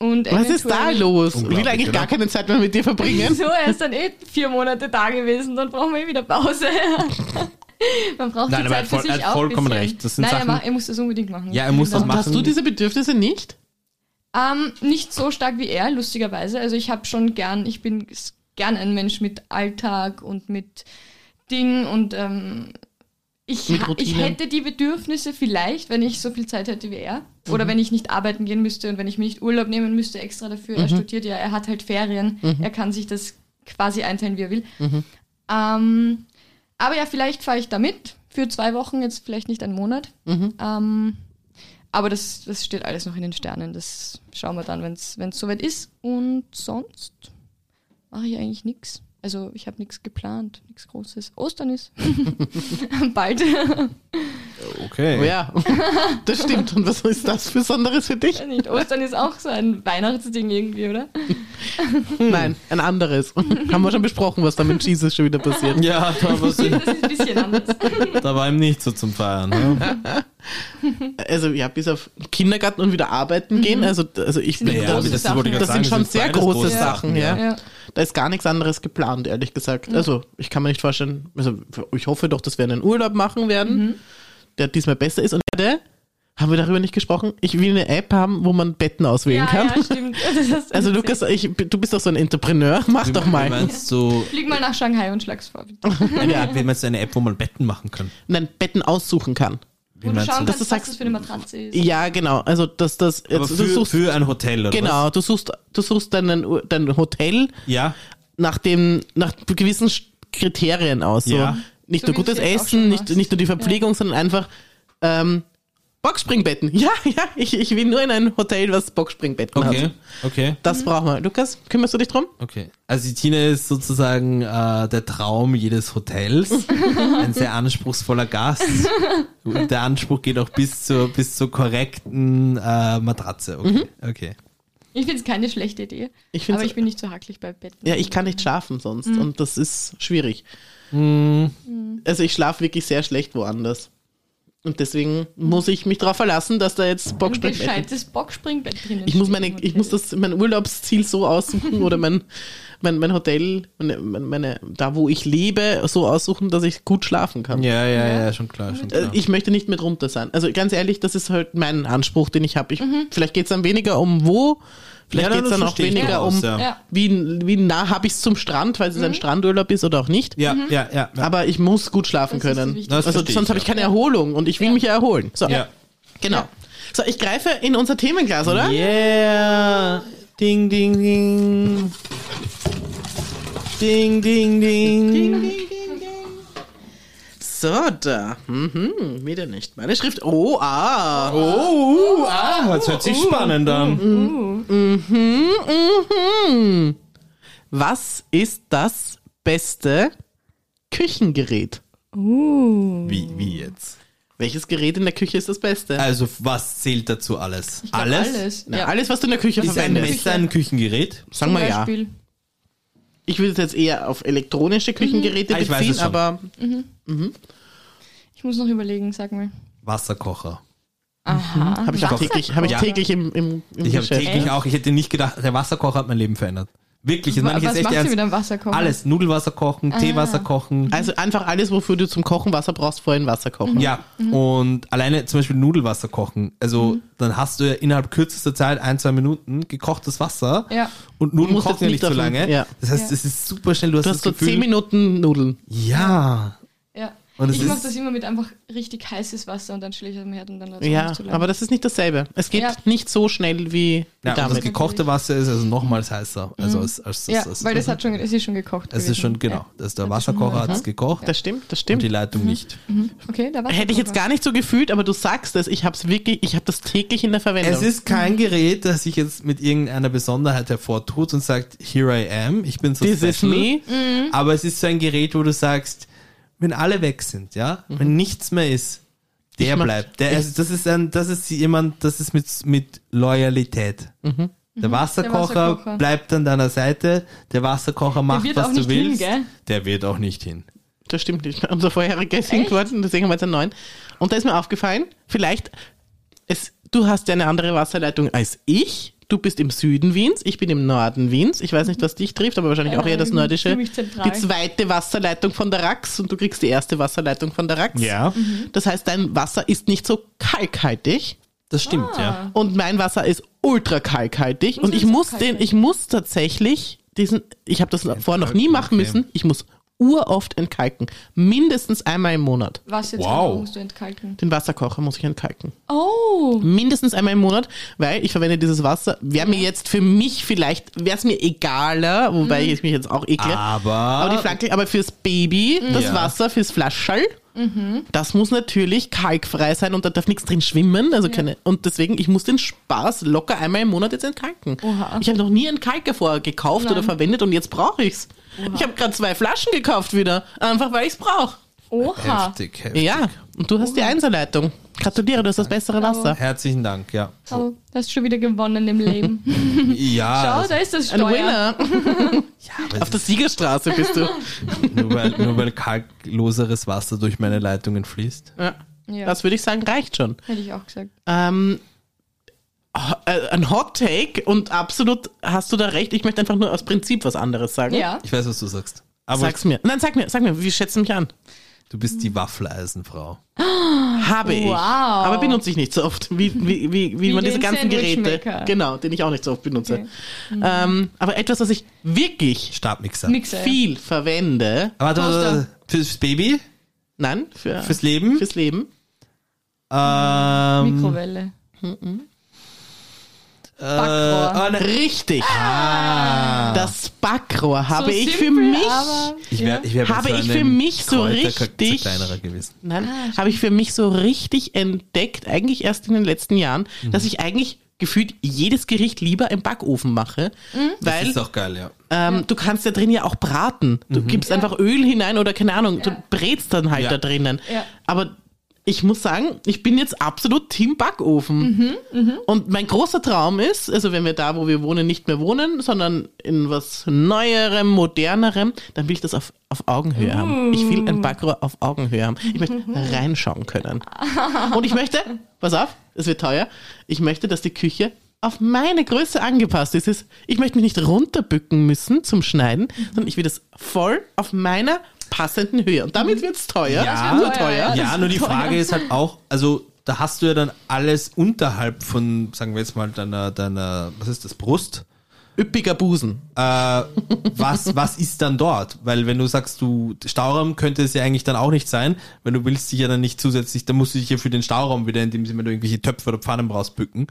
S2: Und
S1: Was ist da
S2: eventuell-
S1: los? Will
S3: Unglaublich,
S1: eigentlich gar
S3: oder?
S1: keine Zeit mehr mit dir verbringen.
S2: So, er ist dann eh vier Monate da gewesen, dann brauchen wir eh wieder Pause. Man braucht
S3: Nein,
S2: die
S3: aber
S2: Zeit
S3: er hat
S2: für
S3: voll-
S2: sich
S3: er hat
S2: auch
S3: vollkommen
S2: bisschen.
S3: recht. Das sind
S2: Nein,
S3: Sachen-
S2: er, macht, er muss das unbedingt machen.
S3: Ja, er muss das
S2: Genau.
S1: Und hast
S3: machen-
S1: du diese Bedürfnisse nicht?
S2: Ähm, nicht so stark wie er, lustigerweise. Also ich habe schon gern, ich bin s- gern ein Mensch mit Alltag und mit Ding und ähm, ich,
S1: Mit
S2: ha- ich
S1: Routinen.
S2: hätte die Bedürfnisse vielleicht, wenn ich so viel Zeit hätte wie er. Oder wenn ich nicht arbeiten gehen müsste und wenn ich mir nicht Urlaub nehmen müsste extra dafür. Er studiert ja, er hat halt Ferien. Er kann sich das quasi einteilen, wie er will. Ähm, aber ja, vielleicht fahre ich da mit für zwei Wochen, jetzt vielleicht nicht einen Monat. Ähm, aber das, das steht alles noch in den Sternen. Das schauen wir dann, wenn es soweit ist. Und sonst mache ich eigentlich nichts. Also ich habe nichts geplant, nichts Großes. Ostern ist bald.
S3: Okay.
S1: Oh ja, das stimmt. Und was ist das für Sonderes für dich?
S2: Nicht. Ostern ist auch so ein Weihnachtsding irgendwie, oder?
S1: Nein, ein anderes. Haben wir schon besprochen, was da mit Jesus schon wieder passiert.
S3: Ja, da, war's-
S2: Das ist ein bisschen anders.
S3: da war ihm nicht so zum Feiern. Ne?
S1: Also ja, bis auf Kindergarten und wieder arbeiten gehen. Also, also ich
S2: Sind
S1: bin
S2: große
S1: groß. Das,
S2: aber das- Sachen.
S3: ich grad
S1: sind schon
S3: sind
S1: sehr
S3: beides
S1: große, Sachen, ja.
S2: Ja.
S1: Da ist gar nichts anderes geplant, ehrlich gesagt. Also ich kann mir nicht vorstellen, also ich hoffe doch, dass wir einen Urlaub machen werden, der diesmal besser ist. Und werde, haben wir darüber nicht gesprochen, ich will eine App haben, wo man Betten auswählen
S2: Ja,
S1: kann.
S2: ja, stimmt. Das hast du
S1: Also
S2: erzählt.
S1: Lukas, ich, du bist doch so ein Entrepreneur, mach doch
S3: Wie
S1: mal.
S3: meinst du,
S2: Flieg mal nach Shanghai und schlag's vor. bitte.
S3: eine App, wie meinst du eine App, wo man Betten machen kann?
S1: Nein, Betten aussuchen kann.
S3: Wie
S2: Wo du
S3: meinst
S2: schauen
S1: dass
S2: kannst,
S1: du
S2: was
S1: sagst-
S2: das für eine Matratze ist.
S1: Ja, genau. Also dass das
S3: Aber
S1: jetzt, du
S3: für,
S1: suchst
S3: für ein Hotel, oder
S1: genau, du suchst du suchst deinen Ur- dein Hotel
S3: was? Ja.
S1: nach dem nach gewissen Sch- Kriterien aus. So.
S3: Ja.
S1: Nicht
S2: So
S1: nur
S2: wie du's
S1: gutes
S2: jetzt auch schon
S1: Essen, nicht,
S2: machst.
S1: nicht nur die Verpflegung, sondern einfach ähm, Boxspringbetten. Ja, ja, ich, ich will nur in ein Hotel, was Boxspringbetten
S3: Okay,
S1: hat.
S3: okay,
S1: Das
S2: Mhm.
S1: brauchen wir. Lukas, kümmerst du dich drum?
S3: okay. Also die Tina ist sozusagen äh, der Traum jedes Hotels. Ein sehr anspruchsvoller Gast. Und der Anspruch geht auch bis zur, bis zur korrekten äh, Matratze. Okay, okay.
S2: Ich finde es keine schlechte Idee.
S1: Ich find's-
S2: aber ich bin nicht so hakelig bei Betten.
S1: Ja, ich kann nicht schlafen sonst
S2: Mhm.
S1: und das ist schwierig.
S3: Mhm.
S1: Also ich schlafe wirklich sehr schlecht woanders. Und deswegen muss ich mich darauf verlassen, dass da jetzt
S2: Ein
S1: Boxspringbetten.
S2: gescheites Boxspringbett drinnen.
S1: Ich muss
S2: steht
S1: meine,
S2: im
S1: ich muss
S2: Hotel.
S1: das, mein Urlaubsziel so aussuchen oder mein, mein, mein Hotel, meine, meine, da wo ich lebe, so aussuchen, dass ich gut schlafen kann.
S3: Ja, genau. ja, ja, schon klar, schon
S1: Äh,
S3: klar.
S1: Ich möchte nicht mit runter sein. Also ganz ehrlich, das ist halt mein Anspruch, den ich habe. Ich,
S2: Mhm.
S1: Vielleicht geht es dann weniger um wo, vielleicht
S3: Ja,
S1: geht es
S3: das
S1: dann auch
S3: verstehe ich
S1: weniger
S3: durchaus,
S1: um,
S3: ja.
S2: Ja.
S1: wie, wie nah habe ich es zum Strand, weil es
S2: Mhm.
S1: ein Strandurlaub ist oder auch nicht.
S3: Ja, ja, ja. ja.
S1: Aber ich muss gut schlafen
S2: Das ist das
S1: können.
S2: Wichtigste.
S3: Das
S1: also
S3: verstehe
S1: sonst
S3: ich,
S1: habe ich
S3: ja.
S1: keine Erholung und ich will mich ja erholen. So,
S3: Ja.
S1: genau. So, ich greife in unser Themenglas, oder?
S3: Yeah! Ding, ding, ding. Ding, ding, ding.
S1: ding, ding, ding. So, da. Mhm, wieder nicht. Meine Schrift. Oh, ah.
S3: Oh, ah, das hört sich spannend an.
S1: Mhm. Was ist das beste Küchengerät?
S2: Uh.
S3: Wie, wie jetzt?
S1: Welches Gerät in der Küche ist das beste?
S3: Also, was zählt dazu alles?
S2: glaub,
S3: alles?
S2: alles.
S1: Na,
S2: ja.
S1: Alles, was du in der Küche
S3: Ist ein
S1: verwendest.
S3: Messer ein Küchengerät?
S1: Sag
S2: Zum
S1: mal ja.
S2: Beispiel.
S1: Ich würde es jetzt eher auf elektronische Küchengeräte
S3: Ah, ich weiß
S1: beziehen,
S3: es schon.
S1: aber
S2: Ich muss noch überlegen, sag mal.
S3: Wasserkocher. Ah.
S2: Aha.
S1: habe ich auch
S2: Wasser-
S1: täglich, hab ich
S3: Ja.
S1: täglich im, im, im
S3: Ich habe
S1: Geschäft.
S3: täglich
S1: ja.
S3: auch, ich hätte nicht gedacht, der Wasserkocher hat mein Leben verändert. Wirklich, das meine
S2: Was
S3: ich jetzt echt
S2: macht sie
S3: ernst.
S2: mit einem Wasserkocher?
S3: Alles, Nudelwasser kochen, Teewasser kochen.
S1: Also einfach alles, wofür du zum Kochen Wasser brauchst, vorhin Wasser kochen.
S3: Mhm. Ja, und alleine zum Beispiel Nudelwasser kochen. Also, dann hast du ja innerhalb kürzester Zeit, ein, zwei Minuten, gekochtes Wasser.
S2: Ja.
S3: Und Nudeln
S1: Musst jetzt
S3: kochen ja
S1: nicht
S3: nicht so
S1: davon-
S3: lange.
S1: ja.
S3: Das heißt,
S2: Ja.
S3: es ist super schnell. Du hast
S1: Du
S3: das
S1: hast so
S3: Gefühl,
S1: 10 Minuten Nudeln.
S3: Ja.
S2: Ja.
S3: Und es
S2: ich mache
S3: ist-
S2: das immer mit einfach richtig heißes Wasser und dann stelle ich es am Herd und dann lasse ich
S1: Ja,
S2: es zu lange.
S1: aber das ist nicht dasselbe. Es geht
S2: Ja.
S1: nicht so schnell wie wie
S3: Ja, und das
S1: damit.
S3: gekochte Wasser ist also nochmals heißer. Also als, als,
S2: ja,
S3: als, als also
S2: weil das hat schon, es ist schon gekocht.
S3: es
S2: gewesen.
S3: ist schon, genau.
S2: Ja.
S3: Das der Wasserkocher hat es gekocht
S1: Das stimmt, das
S3: und die
S1: stimmt.
S3: Leitung nicht.
S2: Okay, da war
S1: Hätte ich jetzt gar nicht so gefühlt, aber du sagst es. Ich habe es wirklich, ich habe das täglich in der Verwendung.
S3: Es ist kein Gerät, das sich jetzt mit irgendeiner Besonderheit hervortut und sagt, here I am, ich bin so
S1: This is
S3: special.
S1: me.
S2: Mhm.
S3: Aber es ist so ein Gerät, wo du sagst, wenn alle weg sind, ja, wenn nichts mehr ist, der
S1: Mhm. Ich mag-
S3: bleibt. Der, also das ist ein, das ist jemand, das ist mit, mit Loyalität.
S1: Mhm.
S3: Der, Wasserkocher
S2: Mhm. Der Wasserkocher.
S3: bleibt an deiner Seite, der Wasserkocher macht,
S2: wird
S3: was
S2: auch
S3: du
S2: nicht hin,
S3: willst.
S2: gäll?
S3: Der wird auch nicht hin.
S1: Das stimmt nicht. Unser vorheriger ist hingeworden, deswegen haben wir jetzt einen neuen. Und da ist mir aufgefallen, vielleicht, es, du hast ja eine andere Wasserleitung als ich. Du bist im Süden Wiens, ich bin im Norden Wiens. Ich weiß nicht, was dich trifft, aber wahrscheinlich auch
S2: Ja,
S1: eher das
S2: irgendwie
S1: Nordische.
S2: Ähm, ziemlich zentral.
S1: Die zweite Wasserleitung von der Rax und du kriegst die erste Wasserleitung von der Rax.
S2: Mhm.
S1: Das heißt, dein Wasser ist nicht so kalkhaltig
S3: Das stimmt, ja.
S1: und mein Wasser ist ultra kalkhaltig und ich
S2: ist
S1: muss
S2: kalkhaltig.
S1: den, ich muss tatsächlich diesen, ich habe das vorher noch nie machen
S3: okay.
S1: müssen, ich muss uroft entkalken. Mindestens einmal im Monat.
S2: Was jetzt
S3: Wow.
S2: genau musst du entkalken?
S1: Den Wasserkocher muss ich entkalken.
S2: Oh,
S1: Mindestens einmal im Monat, weil ich verwende dieses Wasser. Wäre mir jetzt für mich vielleicht, wäre es mir egaler, wobei ich mich jetzt auch ekle.
S3: Ah. Aber,
S1: Aber die
S2: Ah.
S1: Flanke, aber fürs Baby, das
S3: Ja.
S1: Wasser, fürs Flascherl, das muss natürlich kalkfrei sein und da darf nichts drin schwimmen. Also keine, und deswegen, ich muss den Spaß locker einmal im Monat jetzt entkalken.
S2: Oha.
S1: Ich habe noch nie einen Kalker vorher gekauft oder
S2: Nein.
S1: verwendet und jetzt brauche ich's. Ich habe gerade zwei Flaschen gekauft wieder, einfach weil ich's brauche.
S2: oha.
S3: heftig, heftig.
S1: Ja, und du hast die Einserleitung. Gratuliere, du hast das bessere Wasser.
S3: Herzlichen Dank, ja.
S2: Oh, du hast schon wieder gewonnen im Leben.
S3: Ja, also
S2: Schau, da ist das
S1: Ein
S2: Steuer.
S1: Winner.
S3: aber es
S1: Auf der Siegerstraße bist du.
S3: Nur weil, nur weil kalkloseres Wasser durch meine Leitungen fließt.
S1: Ja.
S2: Ja.
S1: Das würde ich sagen, reicht schon.
S2: Hätte ich auch gesagt.
S1: Ähm, äh, ein Hot Take und absolut hast du da recht. Ich möchte einfach nur aus Prinzip was anderes sagen.
S2: Ja.
S3: Ich weiß, was du sagst. Aber
S1: Sag's mir. Nein, sag mir, sag mir, wie schätzt du mich an?
S3: du bist die Waffeleisenfrau.
S1: Habe ich.
S2: Wow.
S1: Aber benutze ich nicht so oft, wie, wie, wie, wie, man diese
S2: den
S1: ganzen Geräte.
S2: Sandwichmaker.
S1: Genau, den ich auch nicht so oft benutze.
S2: Okay.
S1: Ähm, aber etwas, was ich wirklich
S3: Stabmixer.
S2: Mixer. ja.
S1: viel verwende.
S3: Aber warte, warte, warte. fürs Baby,
S1: Nein, für,
S3: fürs Leben,
S1: fürs Leben.
S3: ähm,
S2: Mikrowelle.
S3: äh,
S2: Backrohr.
S3: oh, nein.
S1: Richtig. Das Backrohr habe
S2: Ah. so
S1: ich für
S2: simpel,
S1: mich.
S2: Aber,
S3: ich
S2: ja.
S3: wär, ich wär bei
S1: Habe
S3: so
S1: ich
S3: einem
S1: für mich so
S3: Kräuterka-
S1: richtig-
S3: Zerkleinerer gewesen.
S1: Nein, ne? habe ich für mich so richtig entdeckt, eigentlich erst in den letzten Jahren, dass ich eigentlich gefühlt jedes Gericht lieber im Backofen mache,
S3: Das
S1: weil
S3: ist auch geil, ja.
S1: ähm, du kannst da drin ja auch braten. Du gibst einfach Öl hinein oder keine Ahnung, du
S2: Ja.
S1: brätst dann halt
S3: Ja.
S1: da drinnen.
S2: Ja.
S1: Aber ich muss sagen, ich bin jetzt absolut Team Backofen. Und mein großer Traum ist, also wenn wir da, wo wir wohnen, nicht mehr wohnen, sondern in was Neuerem, Modernerem, dann will ich das auf, auf Augenhöhe haben. Ich will ein Backrohr auf Augenhöhe haben. Ich möchte reinschauen können. Und ich möchte, pass auf, es wird teuer, ich möchte, dass die Küche auf meine Größe angepasst ist. Es ist- Ich möchte mich nicht runterbücken müssen zum Schneiden,
S2: Mhm.
S1: sondern ich will das voll auf meiner passenden Höhe. Und damit wird es teuer.
S3: Ja.
S1: nur teuer.
S2: Mhm. Ja, das
S3: Ja,
S2: ist
S3: nur die
S2: teuer.
S3: Frage ist halt auch, also da hast du ja dann alles unterhalb von, sagen wir jetzt mal, deiner, deiner, was ist das, Brust?
S1: Üppiger Busen.
S3: äh, was, was ist dann dort? Weil wenn du sagst, du Stauraum könnte es ja eigentlich dann auch nicht sein, wenn du willst dich ja dann nicht zusätzlich, dann musst du dich ja für den Stauraum wieder, indem sie mir irgendwelche Töpfe oder Pfannen rausbücken.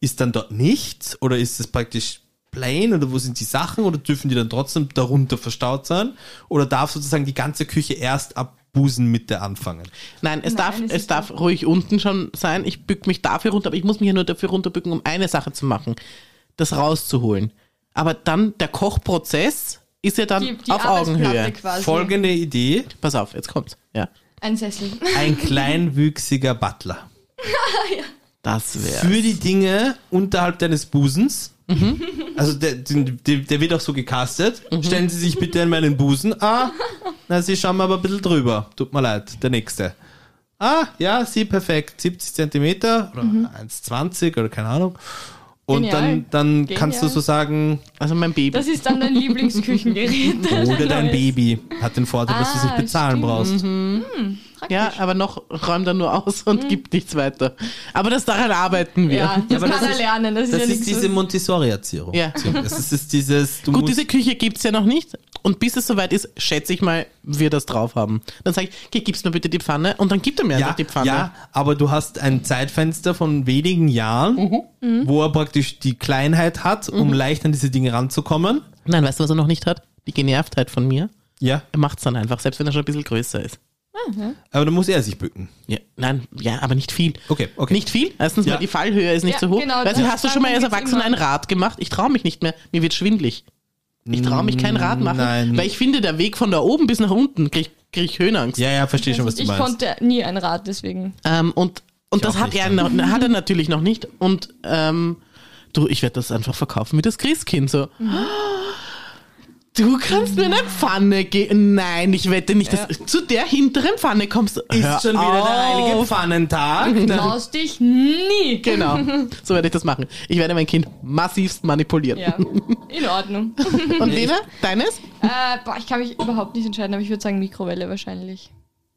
S3: Ist dann dort nichts oder ist es praktisch plain oder wo sind die Sachen oder dürfen die dann trotzdem darunter verstaut sein? Oder darf sozusagen die ganze Küche erst ab Busenmitte anfangen.
S1: Nein, es
S2: Nein,
S1: darf,
S2: es
S1: es,
S2: ist
S1: darf ruhig unten schon sein. Ich bück mich dafür runter, aber ich muss mich ja nur dafür runterbücken, um eine Sache zu machen, das rauszuholen. Aber dann der Kochprozess ist ja dann
S2: Die, die
S1: auf
S2: Arbeitsplatte
S1: Augenhöhe.
S2: quasi.
S3: Folgende Idee:
S1: Pass auf, jetzt kommt's. Ja,
S2: Ein Sessel.
S3: Ein kleinwüchsiger Butler.
S1: das wäre.
S3: Für die Dinge unterhalb deines Busens.
S2: Mhm.
S3: Also der, den- der, der wird auch so gecastet. Stellen Sie sich bitte an meinen Busen. Ah, na, Sie schauen mir aber ein bisschen drüber. Tut mir leid, der nächste. Ah, ja, Sie perfekt. 70 Zentimeter oder 1,20 oder keine Ahnung. Und
S2: Mhm. Genial.
S3: dann, dann kannst du
S2: Genial.
S3: so sagen,
S1: Also mein Baby.
S2: Das ist dann dein Lieblingsküchengerät.
S3: oder dein
S2: Neues.
S3: Baby hat den Vorteil, dass du es nicht
S2: Ah,
S3: bezahlen
S2: stimmt.
S3: brauchst.
S1: Ja, aber noch räumt er nur aus und gibt nichts weiter. Aber das daran arbeiten wir.
S2: Hm. Ja, das
S3: aber
S2: kann
S3: das
S2: er
S3: ist-
S2: lernen. Das,
S3: Das
S2: ist ja
S3: ist
S2: nichts.
S3: diese
S2: was-
S3: Montessori-Erziehung.
S1: Ja.
S3: Das ist, ist dieses, du
S1: Gut,
S3: musst
S1: diese Küche gibt's ja noch nicht. Und bis es soweit ist, schätze ich mal, wir das drauf haben. Dann sage ich, okay, gib's mir bitte die Pfanne. Und dann gibt er mir einfach die Pfanne.
S3: Ja, aber du hast ein Zeitfenster von wenigen Jahren,
S1: Mhm.
S3: wo er praktisch die Kleinheit hat, um leicht an diese Dinge ranzukommen.
S1: Nein, weißt du, was er noch nicht hat? Die Genervtheit von mir.
S3: Ja.
S1: Er macht's dann einfach, selbst wenn er schon ein bisschen größer ist.
S3: Aber dann muss er sich bücken.
S1: Ja, nein, ja, aber nicht viel.
S3: Okay, okay.
S1: Nicht viel? Erstens
S3: Ja.
S1: mal, die Fallhöhe ist nicht
S2: Ja,
S1: so hoch.
S2: genau,
S1: weißt du,
S2: das-
S1: hast du schon mal als
S2: darum geht's
S1: Erwachsener ein
S2: immer.
S1: Rad gemacht? Ich traue mich nicht mehr. Mir wird schwindlig. Ich traue mich kein Rad machen,
S3: Mm, Nein.
S1: weil ich finde, der Weg von da oben bis nach unten kriege krieg ich Höhenangst.
S3: ja, ja, verstehe schon, was du
S2: Ich
S3: meinst.
S2: konnte nie ein Rad, deswegen.
S1: Ähm, und und das
S3: auch
S1: hat
S3: nicht,
S1: er, noch, hat er natürlich noch nicht. Und ähm, du, ich werde das einfach verkaufen wie das Christkind. So. Du kannst mir eine Pfanne geben. Nein, ich wette nicht, dass zu der hinteren Pfanne kommst. du. Hör auf.
S3: Pfannentag.
S2: Traust dich nie.
S1: Genau, so werde ich das machen. Ich werde mein Kind massivst manipulieren.
S2: Ja, in Ordnung.
S1: Und Lena, deines?
S2: äh, boah, ich kann mich überhaupt nicht entscheiden, aber ich würde sagen Mikrowelle wahrscheinlich.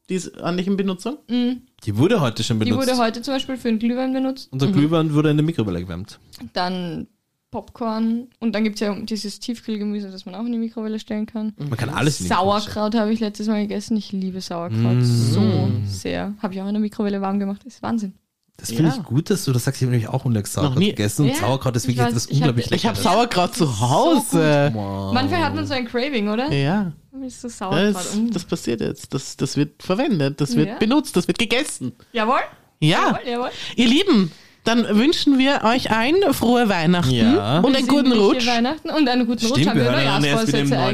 S1: Die ist ordentlich in Benutzung.
S3: Die wurde heute schon
S2: Die
S3: benutzt.
S2: wurde heute zum Beispiel für einen Glühwein benutzt.
S1: Mhm.
S3: Unser Glühwein wurde in der Mikrowelle gewärmt.
S2: Dann Popcorn. Und dann gibt es ja dieses Tiefkühlgemüse, das man auch in die Mikrowelle stellen kann.
S3: Man kann alles in die Mikrowelle stellen.
S2: Sauerkraut habe ich letztes Mal gegessen. Ich liebe Sauerkraut
S3: Mhm.
S2: so sehr. Habe ich auch in der Mikrowelle warm gemacht. Das ist Wahnsinn.
S3: Das finde
S1: Ja.
S3: ich gut, dass du das sagst. Ich habe nämlich auch unlängst Sauerkraut
S1: Noch nie.
S3: gegessen. Und
S2: Ja,
S3: Sauerkraut ist
S2: ich
S3: wirklich
S2: weiß,
S3: etwas
S2: ich hab-
S3: unglaublich
S1: Ich habe
S3: Leckeres.
S1: Sauerkraut zu Hause.
S3: Oh.
S2: Manchmal hat man so ein Craving, oder?
S1: ja,
S2: Dann ist Das Sauerkraut.
S1: das,
S2: Mm.
S1: das passiert jetzt. Das, das wird verwendet, das wird
S2: Ja.
S1: benutzt, das wird gegessen.
S2: Jawohl.
S1: Ja,
S2: Jawohl, jawohl.
S1: ihr Lieben, dann wünschen wir euch ein frohe Weihnachten
S3: Ja.
S1: und einen guten
S2: Besinnliche
S1: Rutsch.
S2: Weihnachten und einen guten Rutsch
S3: Stimmt,
S2: haben
S3: wir
S2: wir
S3: hören dann erst wieder im
S2: Neujahrsvorsätze
S3: neuen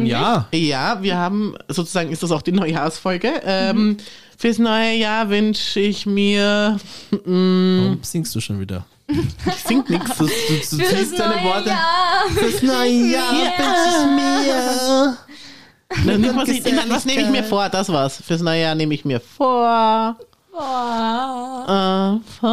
S2: eigentlich.
S3: Jahr.
S1: Ja, wir haben sozusagen, ist das auch die Neujahrsfolge. Ähm, fürs neue Jahr wünsche ich mir. mm,
S3: Warum singst du schon wieder?
S1: Ich sing nix.
S3: Du, du, du
S2: Fürs
S3: ziehst deine
S2: neue
S3: Worte.
S2: Jahr.
S3: Fürs neue Jahr wünsche ich mir.
S1: Nein, nimm, was, ich, nein, was nehme ich mir vor? Das war's. Fürs neue Jahr nehme ich mir vor.
S2: Boah.
S1: Äh,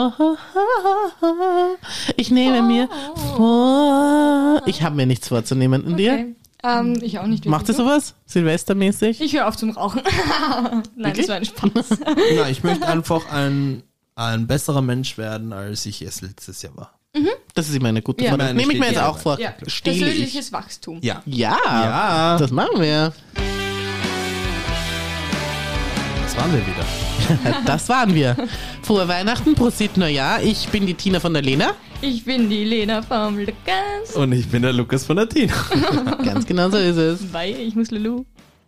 S1: Ich
S2: Oh.
S1: nehme mir vor. Ich habe mir nichts vorzunehmen. Und ihr?
S2: Okay. Ähm, ich auch nicht.
S1: Macht ihr
S2: wirklich.
S1: sowas? Silvestermäßig?
S2: Ich höre auf zum Rauchen. Nein,
S1: Wirklich?
S2: das war ein Spaß.
S3: Na, ich möchte einfach ein, ein besserer Mensch werden, als ich es letztes Jahr war.
S1: Das ist immer eine gute
S2: Ja.
S1: Frage.
S3: Nein,
S1: Nehme ich mir
S3: steht
S1: jetzt
S3: ja
S1: auch vor.
S2: ja.
S1: Stehle ich.
S2: Persönliches Wachstum.
S3: Ja.
S1: Ja,
S3: Ja.
S1: das machen wir.
S3: Das waren wir wieder.
S1: Das waren wir. Frohe Weihnachten, Prosit Neujahr. Ich bin die Tina von der Lena.
S2: Ich bin die Lena vom Lukas.
S3: Und ich bin der Lukas von der Tina.
S1: Ganz genau so ist es.
S2: Bye, ich muss Lulu.